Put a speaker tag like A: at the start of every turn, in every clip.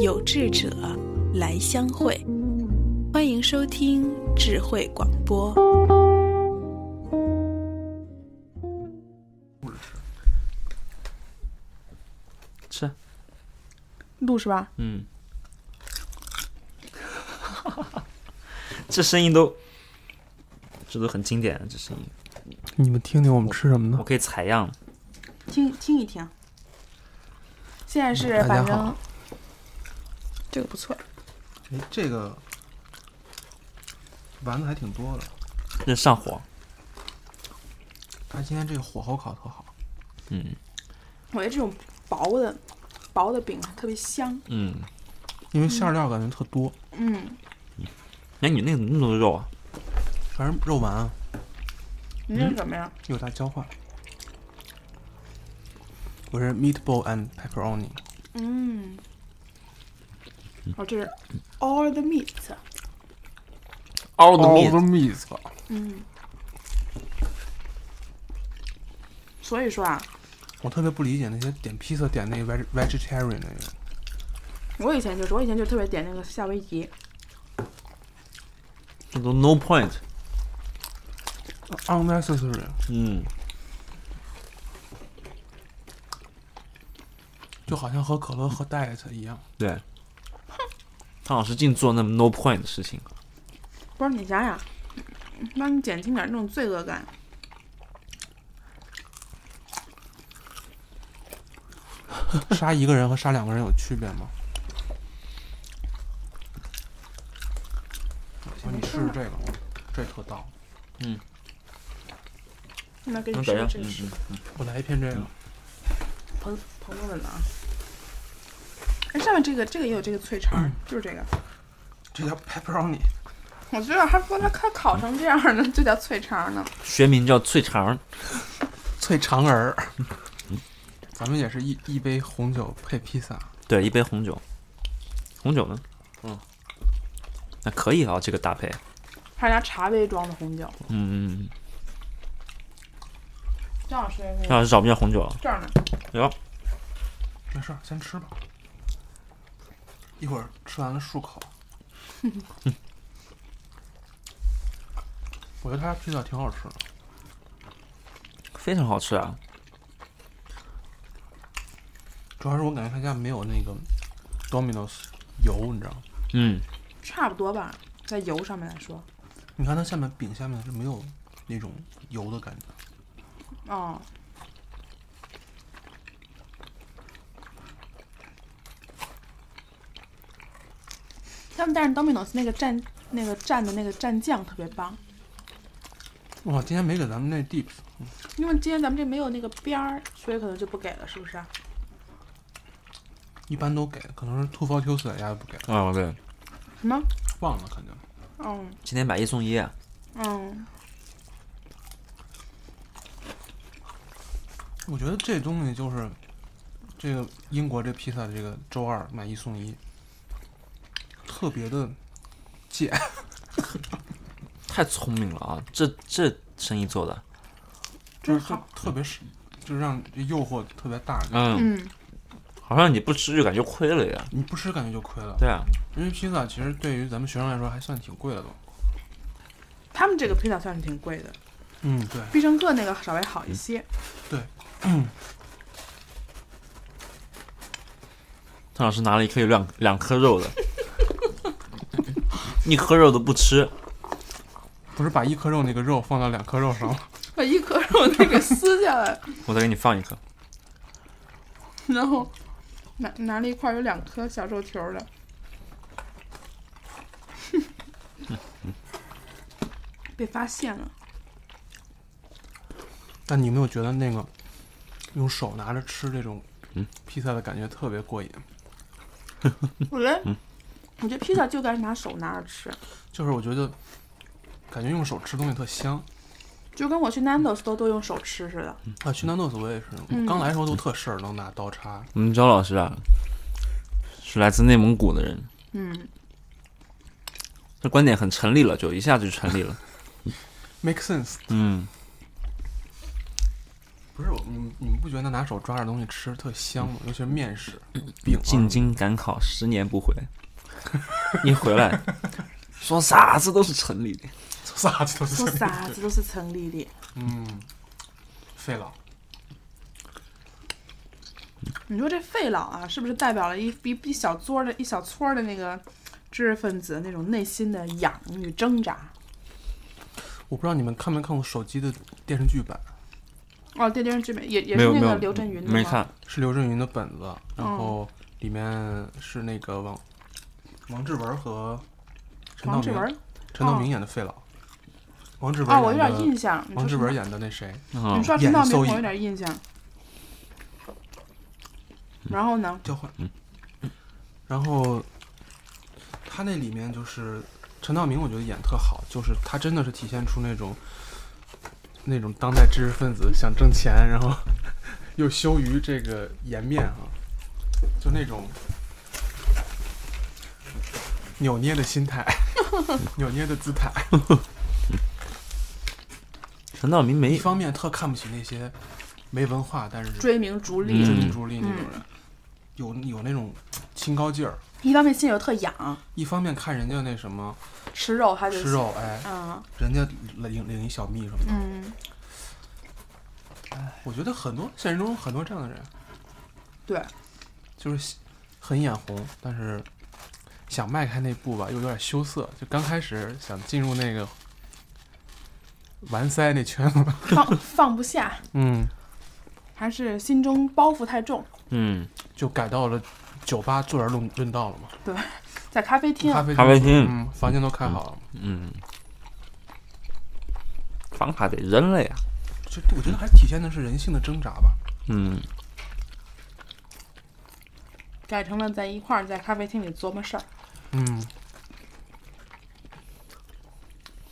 A: 有志者来相会。欢迎收听智慧广播。
B: 吃，
C: 录是吧？
B: 嗯，这声音都，这都很经典的这声音，
D: 你们听听我们吃什么
B: 我
D: 呢？
B: 可以采样。
C: 听听一听。现在是
D: 大家
C: 反正
D: 好
C: 这个不错，
D: 哎，这个丸子还挺多的，
B: 这上火，
D: 但是今天这个火候烤特好。
B: 嗯
C: 我觉得这种薄的薄的饼啊特别香。
B: 嗯，
D: 因为馅料感觉特多，
C: 嗯
B: 哎，你那个那么多肉啊？
D: 反正肉丸啊
C: 你这是什么呀？
D: 有待交换。我是 meatball and pepperoni，
C: 嗯，哦，这是 all the meat。
B: 凹的
D: all
B: 面
D: the meat，
C: 嗯，所以说啊，
D: 我特别不理解那些点披萨点那个 veg- vegetarian 那个，
C: 我以前就是，我以前就特别点那个夏威夷，
B: 这都 no point。
D: unnecessary。
B: 嗯，
D: 就好像喝可乐喝 diet 一样，
B: 对。汤老师净做那么 no point 的事情，
C: 不是你想想，帮你减轻点那种罪恶感。
D: 杀一个人和杀两个人有区别吗？行，你试试这个，这特刀。
C: 那给
B: 能
C: 你吃
B: 等一下
C: 这？个
B: 嗯
C: 是
B: 嗯嗯，
D: 我来一片这个，
C: 彭彭彭问的啊。哎，上面这个这个也有这个脆肠儿，就是这个。
D: 这叫 pepperoni。
C: 我知道，还不过它它烤成这样儿呢，就叫脆肠儿呢。
B: 学名叫脆肠。
D: 脆肠儿。 咱们也是一一杯红酒配披萨，
B: 对，一杯红酒。红酒呢？嗯，那可以啊，这个搭配。
C: 还是拿茶杯装的红酒。
B: 嗯嗯嗯，
C: 张老师，
B: 汤老师找不见红酒了。啊
C: 这儿呢？
B: 哟，
D: 没事儿，先吃吧。一会儿吃完了漱 口。我觉得他家披萨挺好吃的，
B: 非常好吃啊！
D: 主要是我感觉他家没有那个 Domino's 油，你知道吗？
B: 嗯，
C: 差不多吧，在油上面来说。
D: 你看它下面饼下面是没有那种油的感觉。
C: 哦，他们但是 Domino's 那个蘸那个蘸的那个蘸酱特别棒，
D: 哇，今天没给咱们那 dips，
C: 因为今天咱们这没有那个边儿，所以可能就不给了，是不是啊？
D: 一般都给，可能是 Two for Tuesday 家不给，
B: 哦对，
C: 什么？
D: 忘了肯定。
C: 嗯
B: 今天买一送一啊。
C: 嗯，
D: 我觉得这东西就是，这个英国这披萨这个周二买一送一，特别的贱。
B: 太聪明了啊！这这生意做的，
D: 就是特特别是，就是让这诱惑特别大。
B: 嗯，
C: 嗯，
B: 好像你不吃就感觉亏了一样。
D: 你不吃感觉就亏了，
B: 对啊，
D: 因为披萨其实对于咱们学生来说还算挺贵的都。
C: 他们这个披萨算是挺贵的，
D: 嗯，对，
C: 必胜客那个稍微好一些。
B: 汤老师拿了一颗有两两颗肉的， 一颗肉都不吃，
D: 不是把一颗肉那个肉放到两颗肉上吗？
C: 把一颗肉那个撕下来，
B: 我再给你放一颗。
C: 然后拿拿了一块有两颗小肉球的。被发现了，
D: 但你有没有觉得那个用手拿着吃这种
B: 嗯
D: 披萨的感觉特别过瘾？
C: 我觉得，我觉得披萨就该拿手拿着吃，
D: 就是我觉得感觉用手吃东西特香。
C: 就跟我去 Nando's 都都用手吃似的。
B: 嗯
D: 啊，去南豆子我也是，我刚来的时候都特事儿，能拿刀叉。
B: 我们周老师啊，是来自内蒙古的人，
C: 嗯，
B: 这观点很成立了，就一下就成 立了。
D: Make sense？
B: 嗯，
D: 不是，我你你你们不觉得那拿手抓着东西吃特香吗？尤其是面食、饼啊
B: 嗯 进京赶考十年不回， 一回来说啥子都是城里的。
D: 啥子都是
C: 说
D: 这样
C: 啥子都是城里的。
D: 嗯，费老，
C: 你说这费老啊，是不是代表了一一一小撮的一小撮的那个知识分子那种内心的痒与挣扎？
D: 我不知道你们看没看过手机的电视剧版，
C: 哦，电电视剧本也也
B: 没
C: 是
B: 有
C: 那
B: 没
C: 个
B: 有
C: 刘震云的
B: 没
C: 吗
B: 看，
D: 是刘震云的本子，然
C: 嗯
D: 后里面是那个王王志文和陈道
C: 王志
D: 明，
C: 文
D: 陈道
C: 哦
D: 明演的费老，王志文
C: 啊，我有
D: 演
C: 点
D: 的
C: 印象。你
D: 王
C: 说
D: 志
C: 什么
D: 文演的那谁，
B: 嗯
C: 你，说陈道明，
D: 演
C: 我
D: 奏一
C: 有点印象。然后呢？
D: 交换。然后他那里面就是陈道明，我觉得演得特好，就是他真的是体现出那种那种当代知识分子想挣钱，然后 又羞于这个颜面啊，就那种扭捏的心态， 扭捏的姿态。
B: 陈道明
D: 一
B: 没
D: 方面特看不起那些没文化但是
C: 追名逐利，
D: 追
B: 嗯
D: 名逐利那种人，有有那种清高劲儿。
C: 一方面心里又特痒，
D: 一方面看人家那什么
C: 吃肉他就
D: 吃肉，哎，
C: 啊，
D: 人家领领一小蜜什么的，
C: 嗯，
D: 我觉得很多现实中很多这样的人，
C: 对，
D: 就是喜很眼红，但是想迈开那步吧，又有点羞涩，就刚开始想进入那个完塞那圈子，
C: 放放不下，
D: 嗯，
C: 还是心中包袱太重，
B: 嗯
D: 就改到了酒吧坐人论论道了嘛，
C: 在咖啡厅
D: 咖啡
B: 咖啡厅
D: 嗯，房间都开好了，
B: 嗯，方法得啊扔了呀。
D: 就我觉得还体现的是人性的挣扎吧，
B: 嗯，
C: 改成了在一块儿在咖啡厅里琢磨事儿。
D: 嗯，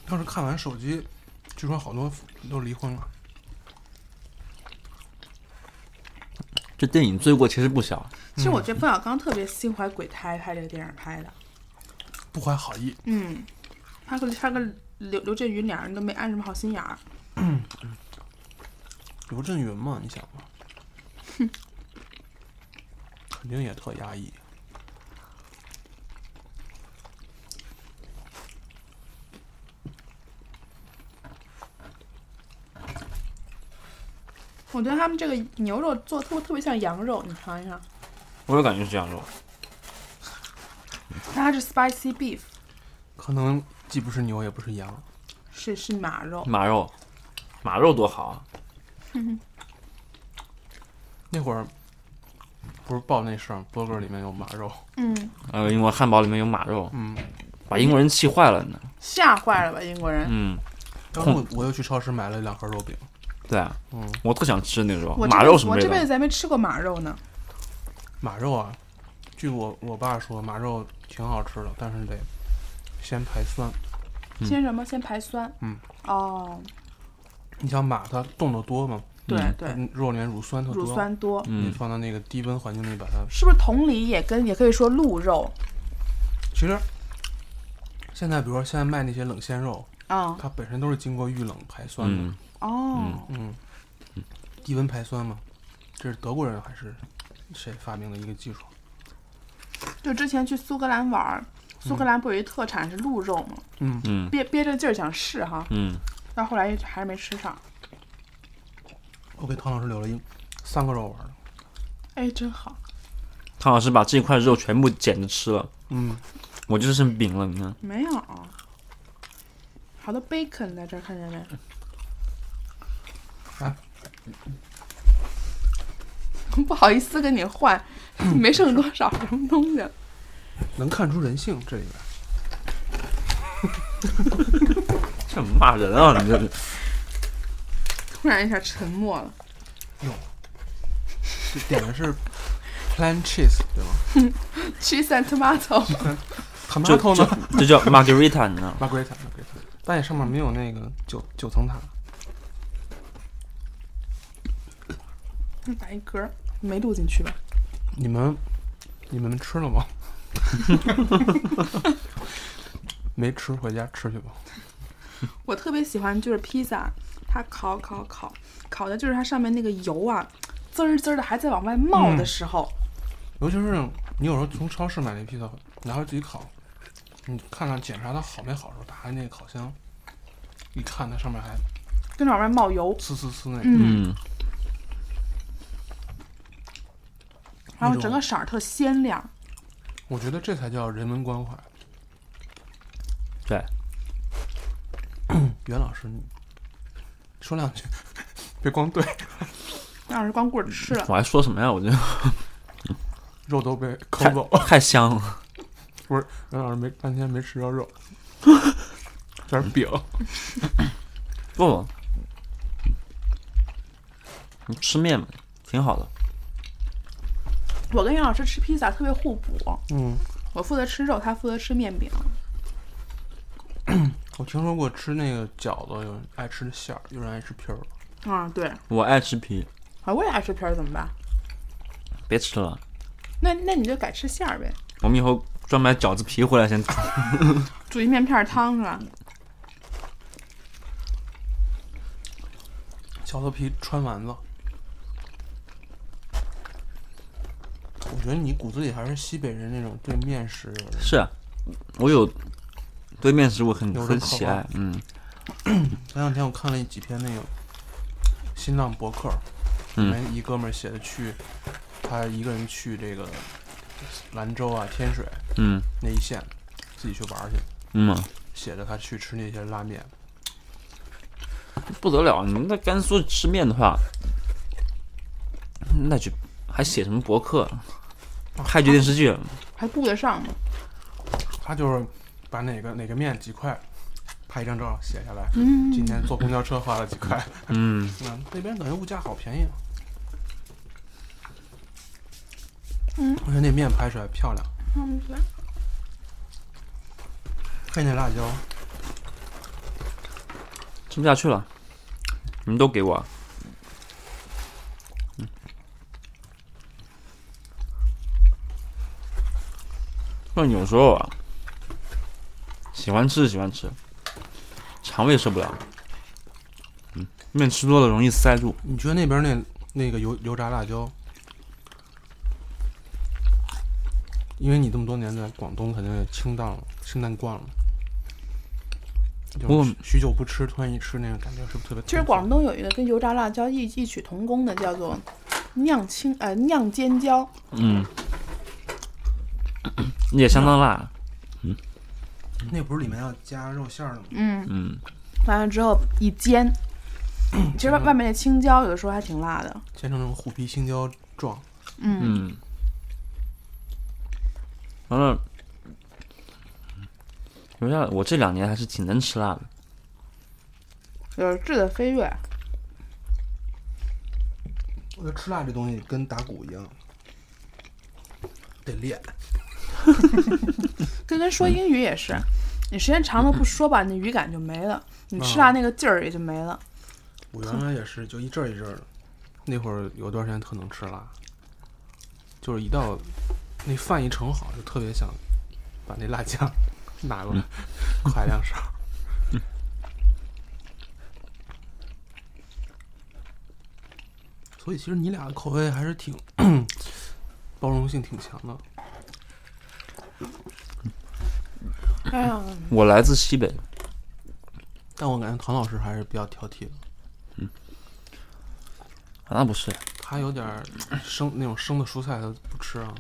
D: 当时看完手机，据说好多都离婚了。
B: 这电影罪过其实不小。
C: 其实我觉得冯小刚特别心怀鬼胎，拍这个电影拍的，
D: 不怀好意，
C: 嗯，他跟他跟刘刘震云俩人都没安什么好心眼儿，
D: 刘震云嘛，你想嘛，肯定也特压抑。
C: 我觉得他们这个牛肉做特特别像羊肉，你尝一尝，
B: 我也感觉是这样说。
C: 它是 spicy beef，
D: 可能既不是牛，也不是羊，
C: 是是马肉，
B: 马肉，马肉多好啊！
D: 那会儿不是报那事儿，波哥里面有马肉，
C: 嗯，
B: 呃，英国汉堡里面有马肉，
D: 嗯，
B: 把英国人气坏了呢。
C: 吓坏了吧英国人？
B: 嗯，
D: 当时我我又去超市买了两盒肉饼，
B: 对啊，
D: 嗯，
B: 我特想吃那个肉，
C: 我这
B: 马
C: 辈
B: 肉什么
C: 我
B: 味
C: 这
B: 道
C: 辈？子还没吃过马肉呢，
D: 马肉啊，据我我爸说，马肉挺好吃的，但是得先排酸。
B: 嗯
C: 先什么先排酸，
D: 嗯，
C: 哦，
D: 你想马它冻得多嘛，
C: 对
B: 嗯
C: 对，
D: 嗯肉里面乳酸特多，
C: 乳酸多，
D: 你
B: 嗯，
D: 放到那个低温环境里把它。
C: 是不是同理也跟也可以说鹿肉
D: 其实现在，比如说现在卖那些冷鲜肉，
C: 啊？
D: 它本身都是经过预冷排酸的，
B: 嗯，
C: 哦，
D: 嗯低温排酸嘛，这是德国人还是谁发明的一个技术？
C: 就之前去苏格兰玩儿，苏格兰不有一特产是鹿肉吗？
D: 嗯，
B: 嗯
C: 憋憋着劲儿想试哈，
B: 嗯，
C: 但后来还是没吃上。
D: 我给唐老师留了一三个肉丸儿，
C: 哎，真好，
B: 汤老师把这块肉全部捡着吃了，
D: 嗯，
B: 我就剩饼了。你看，
C: 没有，好多 bacon 在这儿看见没？
D: 啊
C: 不好意思跟你换，没剩多少什么东西。
D: 能看出人性这里边。
B: 这骂人 啊！你这
C: 突然一下沉默了，
D: 哟，这点的是 plain cheese 对吗
C: cheese and tomato。
B: 这
D: ？tomato 呢
B: 这这叫 margarita，你知道吗？
D: ？margarita margarita，但也上面没有那个九九层塔。
C: 打一嗝，没录进去吧？
D: 你们你们 吃了吗？没吃，回家吃去吧。
C: 我特别喜欢就是披萨，他烤烤烤，烤的就是它上面那个油啊，滋儿滋儿的还在往外冒的时候，
D: 尤其是你有时候从超市买那披萨，拿回自己烤，你看看检查它好没好的时候，打开那个烤箱，一看它上面还
C: 跟着往外冒油，
D: 呲呲呲那个，
B: 嗯，
C: 然后整个色儿特鲜亮。
D: 我觉得这才叫人文关怀。
B: 对，
D: 袁老师，你说两句， 别光对
C: 那是光棍儿吃了，
B: 我还说什么呀？我觉得
D: 肉都被抠
B: 太
D: 走了。
B: 太香了，
D: 袁老师没半天没吃着肉，点饼。
B: 不，你吃面嘛，挺好的。
C: 我跟杨老师吃披萨特别互补，
D: 嗯，
C: 我负责吃肉，他负责吃面饼。
D: 我听说过吃那个饺子，有人爱吃馅儿，有人爱吃皮儿。
C: 啊，对，
B: 我爱吃皮，
C: 啊，我也爱吃皮儿，怎么办？
B: 别吃了，
C: 那那你就改吃馅儿呗，
B: 我们以后专买饺子皮回来先煮。
C: 煮一面片儿汤啊是吧？
D: 饺子皮穿丸子。我觉得你骨子里还是西北人那种对面食有的，
B: 是啊，我有对面食物很
D: 有
B: 很
D: 人口
B: 喜
D: 味
B: 爱，嗯
D: 前两天我看了几篇那个新浪博客，里
B: 嗯
D: 面一哥们儿写的去，他一个人去这个兰州啊、天水
B: 嗯
D: 那一线自己去玩儿去，
B: 嗯啊，
D: 写着他去吃那些拉面，
B: 不得了！你们在甘肃吃面的话，那就还写什么博客、拍剧电视剧？
C: 还顾得上吗？
D: 他就是把哪个哪个面几块，拍一张照写下来，
C: 嗯，
D: 今天坐公交车花了几块，
B: 嗯，
D: 嗯，那边等于物价好便宜啊。
C: 嗯，
D: 而且那面拍出来漂亮，
C: 嗯对
D: 配那辣椒，
B: 吃不下去了，你们都给我啊。嗯，但有时候啊，喜欢吃是喜欢吃，肠胃受不了。嗯，面吃多了容易塞住。
D: 你觉得那边那那个油油炸辣椒？因为你这么多年在广东，肯定也清淡了，清淡惯了。
B: 不
D: 就
B: 过
D: 是许久不吃，突然一吃，那个感觉是不是特别痛苦？
C: 其实广东有一个跟油炸辣椒异异曲同工的，叫做酿青呃酿尖椒，
B: 嗯，也相当辣。
D: 那不是里面要加肉馅儿的吗？
C: 嗯，
B: 嗯，
C: 完了之后一煎。其实外外面那青椒有的时候还挺辣的，
D: 煎成那种虎皮青椒状，
C: 嗯，
B: 嗯，完了，油炸我这两年还是挺能吃辣的。
C: 有质的飞跃，
D: 我觉得吃辣这东西跟打鼓一样，得练。
C: 跟跟
D: 嗯
C: 说英语也是，你时间长了不说吧，你语感就没了，你吃
D: 啊
C: 辣那个劲儿也就没了。
D: 我原来也是，就一阵儿一阵儿的。那会儿有段时间特能吃辣，就是一到那饭一盛好，就特别想把那辣酱 拿过来，㧟两勺。所以其实你俩的口味还是挺 包容性挺强的。
C: 哎呀，
B: 我来自西北，啊
D: 但我感觉唐老师还是比较挑剔的，
B: 啊那不是
D: 他有点儿生那种生的蔬菜他不吃啊。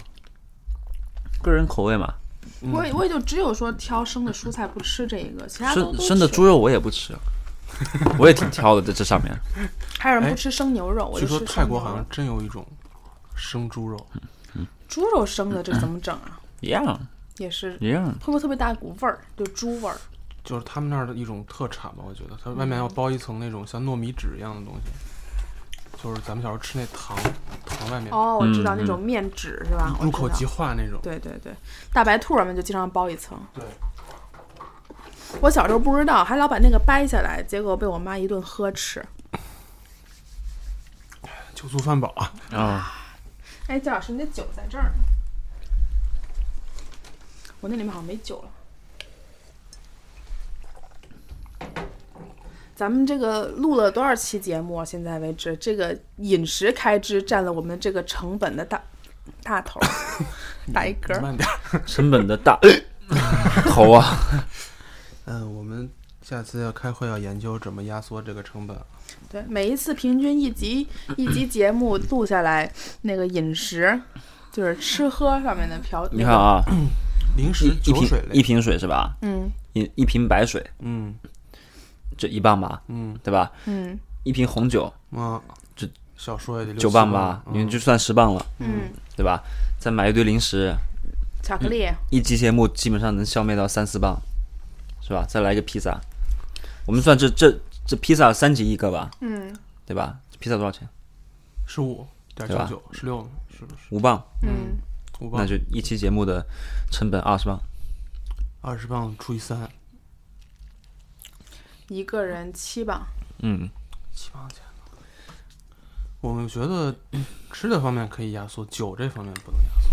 B: 个人口味嘛。
C: 我
D: 嗯
C: 也我也就只有说挑生的蔬菜不吃这一个，其他都
B: 生
C: 都
B: 生的
C: 吃
B: 猪肉我也不吃， 我也挺挑的在这上面。
C: 还有人
D: 哎
C: 不吃生牛肉，我
D: 据
C: 就
D: 说
C: 吃
D: 泰
C: 生
D: 国
C: 牛
D: 好
C: 肉
D: 像。真有一种生猪肉，
C: 猪肉生的这怎么整啊？
B: 一样
C: 也是
B: 一样，
C: 会不会特别大股味儿？就猪味儿。
D: 就是他们那儿的一种特产吧，我觉得它外面
C: 嗯
D: 要包一层那种像糯米纸一样的东西，就是咱们小时候吃那糖，糖外面
C: 哦，我知道
B: 嗯
C: 那种面纸是吧？我
D: 入
C: 知
D: 口
C: 道
D: 即化那种。
C: 对对对，大白兔儿们就经常包一层。
D: 对，
C: 我小时候不知道，还老把那个掰下来，结果被我妈一顿呵斥。
D: 酒足饭饱啊，
B: 啊，
C: 哎，姜老师，你的酒在这儿呢。我那里面好像没酒了。咱们这个录了多少期节目啊？现在为止，这个饮食开支占了我们这个成本的大大头儿，打一嗝儿。
D: 慢点儿。
B: 成本的大 头啊，
D: 嗯，我们下次要开会要研究怎么压缩这个成本。
C: 对，每一次平均一集一集节目录下来，那个饮食就是吃喝上面的嫖。
B: 你看，啊，
D: 零
B: 一
D: 食、
B: 一
D: 酒
B: 瓶
D: 水
B: 一
D: 类，
B: 瓶水是吧？
C: 嗯
B: 一一瓶白水
D: 嗯
B: 这一磅吧，
D: 嗯
B: 对吧？
C: 嗯
B: 一瓶红酒
D: 啊，
B: 这
D: 小说也得六
B: 九
D: 七
B: 磅吧，
D: 嗯
B: 你就算十磅了，
C: 嗯，
B: 对吧？再买一堆零食，
C: 巧克力，
B: 一集节目基本上能消灭到三四磅，是吧？再来一个披萨，我们算这这这披萨三级一个吧，
C: 嗯
B: 对吧？披萨多少钱？
D: 十五点
B: 对
D: 九
B: 吧
D: 九，十六是不是？
B: 五磅，
C: 嗯，
D: 五
B: 那
D: 磅
B: 就一期节目的成本二十磅，
D: 二十磅除以三，
C: 一个人七磅。
B: 嗯，
D: 七磅钱。我们觉得吃的方面可以压缩，酒这方面不能压缩。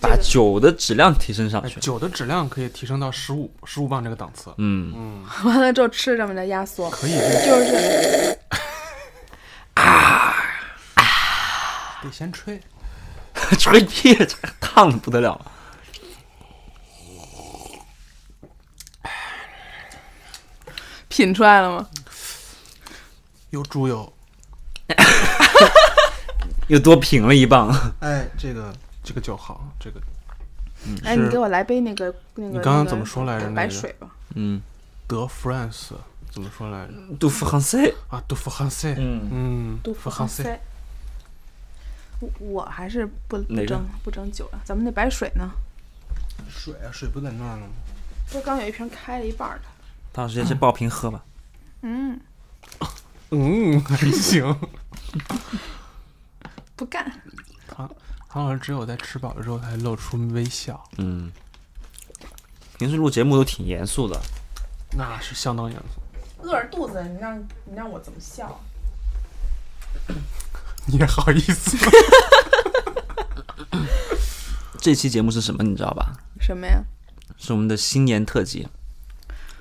B: 把酒的质量提升上
D: 哎，
B: 去，
D: 酒的质量可以提升到十五十五磅这个档次。
B: 嗯，
C: 完了之后吃上面的压缩，
D: 可以，这
C: 就是
D: 得先吹。
B: 吹屁，这个烫的不得了。
C: 品出来了吗？
D: 有猪油，
B: 又多平了一磅，
D: 哎，这个这个酒好，这个
C: 哎，
D: 嗯是
C: 你给我来杯那个那个。
D: 你刚刚
C: 那个
D: 怎么说来着那个
C: 白水吧。
B: 嗯，
D: 德 France 怎么说来着？
B: 杜甫杭塞，
D: 啊，德弗汉塞，
B: 嗯，
D: 嗯，
C: 杜甫
D: 弗汉
C: 杭
D: 塞，
C: 塞。我我还是不不
B: 哪个
C: 争不争酒啊了，咱们那白水呢？
D: 水啊，水不在那儿呢吗？
C: 不是刚有一瓶开了一半儿的。
B: 到时候直接爆瓶喝吧。
C: 嗯，
D: 嗯，还 行。
C: 不干。
D: 唐老师只有在吃饱了之后才露出微笑，
B: 嗯，平时录节目都挺严肃的，
D: 那是相当严肃。
C: 饿着肚子，你让你让我怎么笑？
D: 你也好意思吗？
B: 这期节目是什么你知道吧？
C: 什么呀？
B: 是我们的新年特辑，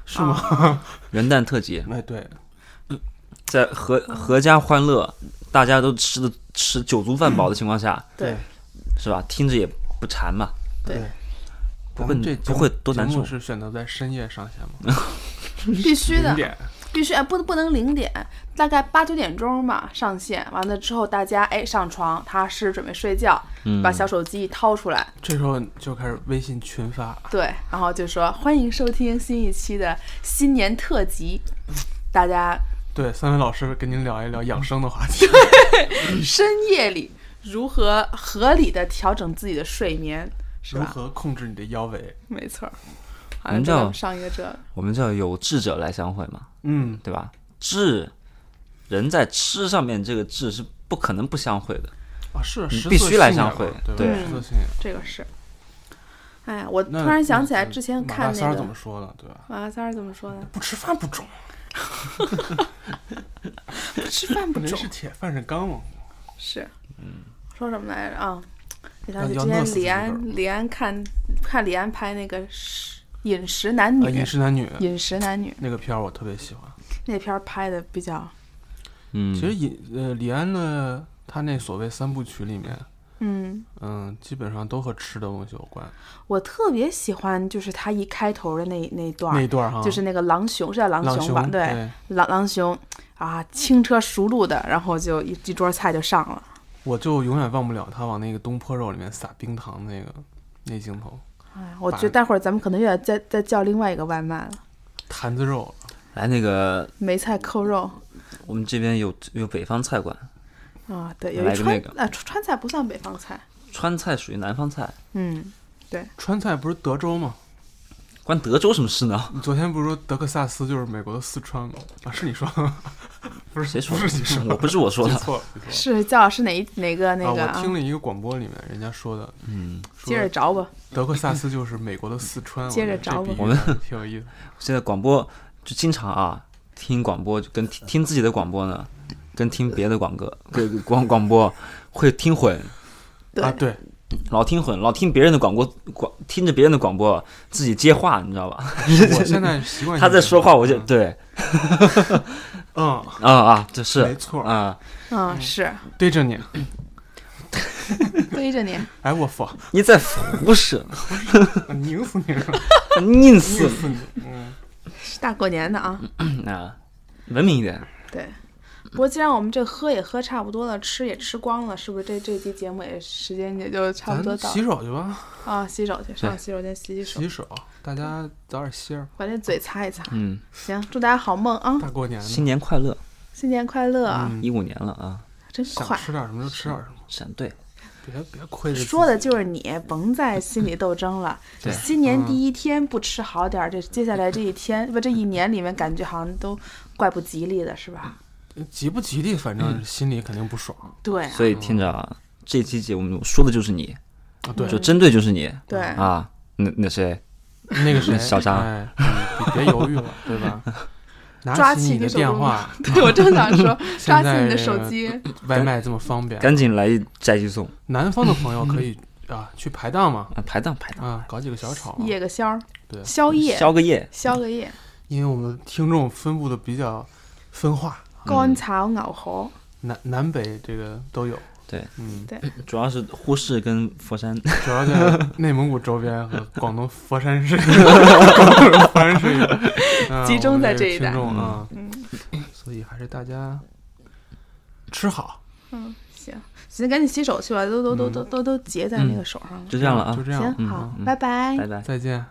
D: 是吗？
C: 啊
B: 元旦特辑，
D: 哎，对，
B: 在合
C: 嗯
B: 合家欢乐，大家都吃的吃酒足饭饱的情况下，
C: 对
B: 是吧？听着也不馋嘛。
C: 对，
B: 不
D: 咱
B: 会
D: 们这节
B: 不会
D: 目
B: 多难
D: 节目
B: 受
D: 是选择在深夜上线吗？
C: 必须的
D: 零，点
C: 必须哎，不不能零点，大概八九点钟吧上线。完了之后，大家哎上床，踏实准备睡觉，
B: 嗯
D: 嗯
C: 把小手机一掏出来，
D: 这时候就开始微信群发，
C: 对，然后就说欢迎收听新一期的新年特辑，大家
D: 对，三位老师跟您聊一聊养生的话题。
C: 深夜里如何合理的调整自己的睡眠， 是
D: 如
C: 吧？
D: 何控制你的腰围？
C: 没错儿，好
B: 我们
C: 像咱
B: 叫
C: 们上一个这个
B: 我们叫有志者来相会嘛，
D: 嗯，
B: 对吧？志，人在吃上面这个志是不可能不相会的。
D: 啊，是
B: 你
D: 食
B: 嗯必
D: 色
B: 须来
D: 性也
B: 相会
D: 嘛对吧？
B: 对
D: 食色性也。
C: 这个是。哎呀，我突
D: 那
C: 然想起来
D: 那嗯
C: 之前
D: 马
C: 看
D: 大
C: 那
D: 三儿
C: 个
D: 怎么说的，对吧？
C: 马大三儿怎么说的？
D: 不吃饭不中，
C: 不吃饭不
D: 人
C: 中
D: 是铁，饭是钢嘛。
C: 是，说什么来着啊？你想
D: 嗯
C: 起
D: 要要
C: 之
D: 饿
C: 前
D: 死自
C: 李
D: 己本
C: 安，李安看看李安拍那个食《饮食男女
D: 啊，》，饮食男女
C: 饮食男女
D: 那个片儿我特别喜欢。
C: 那片儿拍的比较，
B: 嗯，
D: 其实尹呃李安的他那所谓三部曲里面，
C: 嗯，
D: 嗯，基本上都和吃的东西有关。
C: 我特别喜欢，就是他一开头的那那段
D: 那一
C: 儿，
D: 段儿哈，
C: 就是那个狼熊是叫狼
D: 朗
C: 熊吧？
D: 雄
C: 对，
D: 对，
C: 狼狼熊啊，轻车熟路的，然后就一一桌菜就上了
D: 我就永远忘不了他往那个东坡肉里面撒冰糖那个那镜头，
C: 哎，我
D: 把
C: 觉得待会儿咱们可能又得再再叫另外一个外卖了，
D: 坛子肉
B: 来那个
C: 梅菜扣肉
B: 我们这边有有北方菜馆，
C: 啊，对，有
B: 来
C: 一
B: 个
C: 川
B: 那个
C: 啊川川菜不算北方菜，
B: 川菜属于南方菜，
C: 嗯，
D: 川菜不是德州吗？
B: 关德州什么事 呢？
D: 你昨天不是说德克萨斯就是美国的四川吗？啊，是你说的吗？不是
B: 谁说
D: 不是你说
B: 的？我不是我说
D: 记
B: 的，
D: 错了，记错了。
C: 是叫老师哪一哪个那个
D: 啊，我听了一个广播里面人家说的，
B: 嗯，
D: 说
C: 接着着吧，
D: 德克萨斯就是美国的四川，
C: 接着
D: 我觉得
C: 找
D: 这比
B: 我
D: 喻还挺有意思。
B: 现在广播就经常啊，听广播就跟听听自己的广播呢， 跟听别的广歌、跟广广播会听混。
C: 对
D: 啊，对，
B: 老听混，老听别人的广播广，听着别人的广播自己接话，你知道吧？
D: 我现在习 惯性
B: 他在说话，我就
D: 嗯
B: 对
D: 嗯，
B: 啊啊，这
D: 没
B: 是
D: 错，
B: 啊，
C: 嗯，是
D: 对着你，
C: 对着你，
D: 哎我佛，
B: 你在胡扯，
D: 拧死你 了，
B: 拧死
D: 拧死你，嗯，
C: 是大过年的啊。
B: 你啊！文明一点，
C: 对，不过既然我们这喝也喝差不多了，吃也吃光了，是不是这这期节目也时间也就差不多
D: 咱
C: 到
D: 洗手去吧，
C: 了啊？洗手去，上洗手间洗洗手，
D: 洗手，大家早点歇着，
C: 把这嘴擦一擦。
B: 嗯，
C: 行，祝大家好梦啊，
D: 大过年的
B: 新，年快乐，
C: 新年快乐啊！
D: 嗯
B: 一五年了啊，
C: 真
D: 想
C: 快，
D: 吃点什么就吃点什么，
B: 闪对，
D: 别别亏着自己嗯
C: 说的就是你，甭再心理斗争 了。
B: 对
C: 新年第一天不吃好点儿，这接下来这一天不这一年里面，感觉好像都怪不吉利的，是吧？
D: 吉不吉利，反
B: 嗯
D: 正心里肯定不爽
C: 对啊、
B: 所以听着啊，这期节目说的就是你，
D: 啊。对，
B: 就针对就是你
C: 对，
B: 啊，那那谁，
D: 那个 谁，
B: 小张
D: 哎，嗯别别犹豫了，对 吧？
C: 抓
D: 拿
C: 起
D: 你的
C: 手
D: 电
C: 中
D: 话，
C: 对我正想 说，抓起
D: 现在
C: 你的手机，
D: 外卖这么方便，
B: 赶紧来一摘鸡送
D: 南方的朋 友可以啊去排档嘛，
B: 啊，排档排档，
D: 啊搞几个小炒嘛，
C: 夜个宵儿，
D: 对
C: 宵夜，
B: 消个夜，
C: 宵个夜，
D: 因为我们听众分布的比较分化，
C: 干炒牛河，
D: 南南北这个都有。
B: 对，
D: 嗯，
B: 主要是呼市跟佛山，
D: 主要 在内蒙古周边和广东佛山市， 广东人佛山市 啊
C: 集中
D: 我们
C: 在
D: 个
C: 这一带嗯
D: 听众啊，所以还是大家吃好，
C: 嗯，行，行，赶紧洗手去吧，都都都都都都结在那个手上了。哎
B: 就这样了啊
D: 就，这样，
C: 行，
D: 嗯
C: 好，拜拜
B: 拜拜。
D: 再见。